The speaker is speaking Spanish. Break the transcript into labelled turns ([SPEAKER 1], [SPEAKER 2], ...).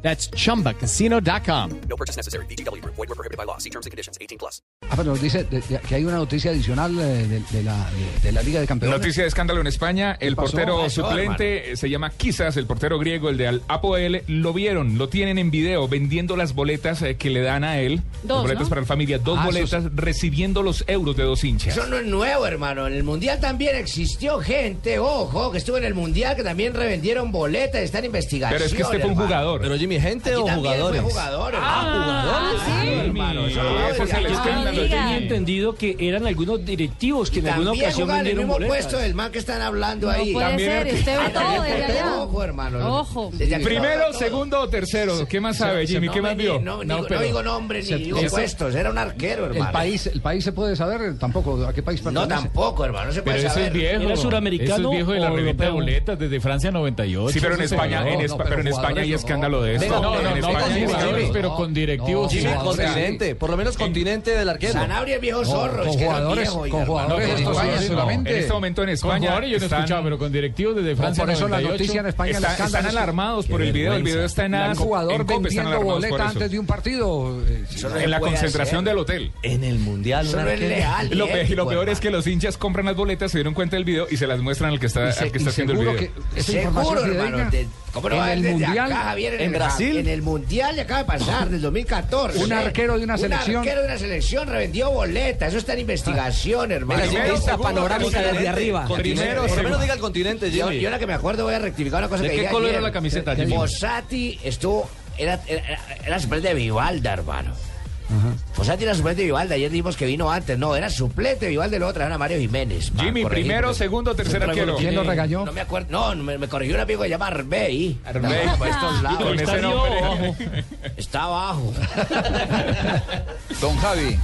[SPEAKER 1] That's chumbacasino.com.
[SPEAKER 2] No purchase necessary. BGW. Void were prohibited by law. See terms and conditions. 18 plus.
[SPEAKER 3] Ah, pero nos dice de- de- que hay una noticia adicional eh, de, de la, de- de la Liga de Campeones.
[SPEAKER 4] Noticia de escándalo en España. El
[SPEAKER 3] pasó?
[SPEAKER 4] portero
[SPEAKER 3] Eso,
[SPEAKER 4] suplente eh, se llama Quizás, el portero griego, el de Al Apoel. Lo vieron, lo tienen en video vendiendo las boletas eh, que le dan a él.
[SPEAKER 5] Dos,
[SPEAKER 4] Dos, boletas
[SPEAKER 5] ¿no?
[SPEAKER 4] para la familia, dos
[SPEAKER 6] Ah, eso
[SPEAKER 4] boletas, recibiendo los euros de dos hinchas.
[SPEAKER 6] Eso no es nuevo, hermano. En el Mundial también existió gente, ojo, que estuvo en el Mundial, que también revendieron boletas, están investigando.
[SPEAKER 4] Pero es que este fue un jugador.
[SPEAKER 7] Pero Jimmy, gente o jugadores.
[SPEAKER 6] jugadores.
[SPEAKER 4] hermano,
[SPEAKER 6] eso
[SPEAKER 4] eh,
[SPEAKER 6] no,
[SPEAKER 4] ese es el
[SPEAKER 6] oiga,
[SPEAKER 4] escándalo.
[SPEAKER 5] no diga.
[SPEAKER 8] Tenía entendido que eran algunos directivos que en alguna
[SPEAKER 6] También
[SPEAKER 8] ocasión
[SPEAKER 6] jugaban en el
[SPEAKER 8] vendieron
[SPEAKER 6] mismo puesto
[SPEAKER 8] boletas.
[SPEAKER 6] del man que están hablando
[SPEAKER 5] No
[SPEAKER 6] ahí. Ah,
[SPEAKER 5] puede
[SPEAKER 4] También
[SPEAKER 5] ser,
[SPEAKER 4] era-
[SPEAKER 5] usted ve todo desde allá.
[SPEAKER 6] Ojo, hermano.
[SPEAKER 5] Ojo.
[SPEAKER 6] Desde aquí
[SPEAKER 4] Primero,
[SPEAKER 6] todo.
[SPEAKER 4] segundo o tercero. ¿Qué más sabe,
[SPEAKER 6] No
[SPEAKER 4] Jimmy? ¿Qué más
[SPEAKER 6] me-
[SPEAKER 4] vio?
[SPEAKER 6] No, digo- no
[SPEAKER 4] pero-
[SPEAKER 6] digo nombres
[SPEAKER 3] Se-
[SPEAKER 6] ni digo
[SPEAKER 3] eso-
[SPEAKER 6] puestos, era un arquero,
[SPEAKER 3] El
[SPEAKER 6] hermano.
[SPEAKER 3] país, el país se puede saber eh, tampoco a qué país
[SPEAKER 6] No,
[SPEAKER 3] pertenece.
[SPEAKER 6] tampoco, hermano, no se
[SPEAKER 4] pero
[SPEAKER 6] puede
[SPEAKER 4] eso es
[SPEAKER 6] saber.
[SPEAKER 4] viejo.
[SPEAKER 8] ¿Era suramericano
[SPEAKER 4] Eso es viejo de la
[SPEAKER 8] o
[SPEAKER 4] reventa de
[SPEAKER 8] europeo?
[SPEAKER 4] boletas desde Francia 98. Sí, pero en
[SPEAKER 3] Eso se
[SPEAKER 4] España,
[SPEAKER 3] vio.
[SPEAKER 4] en
[SPEAKER 3] No,
[SPEAKER 4] Espa-
[SPEAKER 3] no,
[SPEAKER 4] pero en
[SPEAKER 3] pero
[SPEAKER 4] España hay
[SPEAKER 3] jugadores,
[SPEAKER 4] escándalo de
[SPEAKER 7] Venga,
[SPEAKER 4] esto.
[SPEAKER 7] no, no,
[SPEAKER 4] En
[SPEAKER 7] no
[SPEAKER 4] España
[SPEAKER 7] con
[SPEAKER 4] hay
[SPEAKER 7] Jimmy,
[SPEAKER 4] escándalo.
[SPEAKER 7] Jimmy,
[SPEAKER 3] pero con directivos.
[SPEAKER 7] Jimmy,
[SPEAKER 3] No,
[SPEAKER 7] continente. Por lo menos continente del arquero.
[SPEAKER 6] Sanabria es viejo zorro.
[SPEAKER 3] con
[SPEAKER 6] es que era
[SPEAKER 3] jugadores,
[SPEAKER 6] viejo, oiga,
[SPEAKER 3] con
[SPEAKER 6] hermano.
[SPEAKER 3] jugadores
[SPEAKER 4] No,
[SPEAKER 3] de
[SPEAKER 4] pero
[SPEAKER 3] España
[SPEAKER 4] no,
[SPEAKER 3] solamente.
[SPEAKER 4] En este momento en España. están-
[SPEAKER 8] con directivos desde
[SPEAKER 3] No, por eso la noticia en España
[SPEAKER 4] Está-
[SPEAKER 3] el escándalo es
[SPEAKER 4] están
[SPEAKER 3] que
[SPEAKER 4] alarmados por el video. El video está en
[SPEAKER 3] Un
[SPEAKER 4] AS,
[SPEAKER 3] jugador
[SPEAKER 4] en COPE, están
[SPEAKER 3] vendiendo
[SPEAKER 4] alarmados por
[SPEAKER 3] boleta
[SPEAKER 4] eso.
[SPEAKER 3] antes de un partido. eh, sí,
[SPEAKER 6] Eso no se
[SPEAKER 4] En la
[SPEAKER 6] puede
[SPEAKER 4] concentración
[SPEAKER 6] hacer.
[SPEAKER 4] del hotel.
[SPEAKER 7] En el mundial.
[SPEAKER 6] Eso
[SPEAKER 7] un
[SPEAKER 6] no es
[SPEAKER 7] arquero.
[SPEAKER 6] leal.
[SPEAKER 4] Lo, pe- y lo
[SPEAKER 6] ético,
[SPEAKER 4] peor es que
[SPEAKER 6] hermano.
[SPEAKER 4] los hinchas compran las boletas, se dieron cuenta del video y se las muestran al que está,
[SPEAKER 3] y se-
[SPEAKER 4] al
[SPEAKER 3] y
[SPEAKER 4] que Ah, está haciendo el
[SPEAKER 3] seguro
[SPEAKER 4] video.
[SPEAKER 3] que esa
[SPEAKER 6] Seguro,
[SPEAKER 3] información
[SPEAKER 6] hermano.
[SPEAKER 3] fidedigna,
[SPEAKER 6] de- ¿Cómo no va a
[SPEAKER 3] en
[SPEAKER 6] ver
[SPEAKER 3] el
[SPEAKER 6] desde
[SPEAKER 3] mundial,
[SPEAKER 6] acá, Javier,
[SPEAKER 7] en
[SPEAKER 6] el-
[SPEAKER 7] Brasil?
[SPEAKER 6] En el Mundial le acaba de pasar, del 2014.
[SPEAKER 3] Un arquero de una selección.
[SPEAKER 6] Un arquero de una selección revendió boleta. Eso está en investigación, hermano.
[SPEAKER 7] Venga, Jimmy,
[SPEAKER 4] Primero,
[SPEAKER 7] vista
[SPEAKER 4] segundo,
[SPEAKER 7] panorámica
[SPEAKER 4] continente.
[SPEAKER 7] desde arriba.
[SPEAKER 4] Continente.
[SPEAKER 7] Primero, por lo menos
[SPEAKER 4] segundo.
[SPEAKER 7] diga el continente,
[SPEAKER 6] Yo,
[SPEAKER 7] Jimmy.
[SPEAKER 6] yo ahora que me acuerdo voy a rectificar una cosa que
[SPEAKER 4] qué
[SPEAKER 6] dije
[SPEAKER 4] color
[SPEAKER 6] ayer.
[SPEAKER 4] era la camiseta,
[SPEAKER 6] Que- que
[SPEAKER 4] Jimmy?
[SPEAKER 6] Fossati estuvo... Era, era, era suplente de Vivalda, hermano. Fossati era suplente de Vivalda. Ayer dijimos que vino antes. No, era suplente de Vivalda y luego trajeron a Mario Jiménez. man,
[SPEAKER 4] Jimmy,
[SPEAKER 6] corregí,
[SPEAKER 4] primero,
[SPEAKER 6] porque-
[SPEAKER 4] segundo, tercer arquero.
[SPEAKER 3] ¿Quién lo regañó?
[SPEAKER 6] No me acuerdo. No, me, me corrigió un amigo que se llama Arbey.
[SPEAKER 4] Arbey.
[SPEAKER 6] No, por estos lados.
[SPEAKER 4] Con ese nombre.
[SPEAKER 6] Está abajo.
[SPEAKER 9] Don Javi,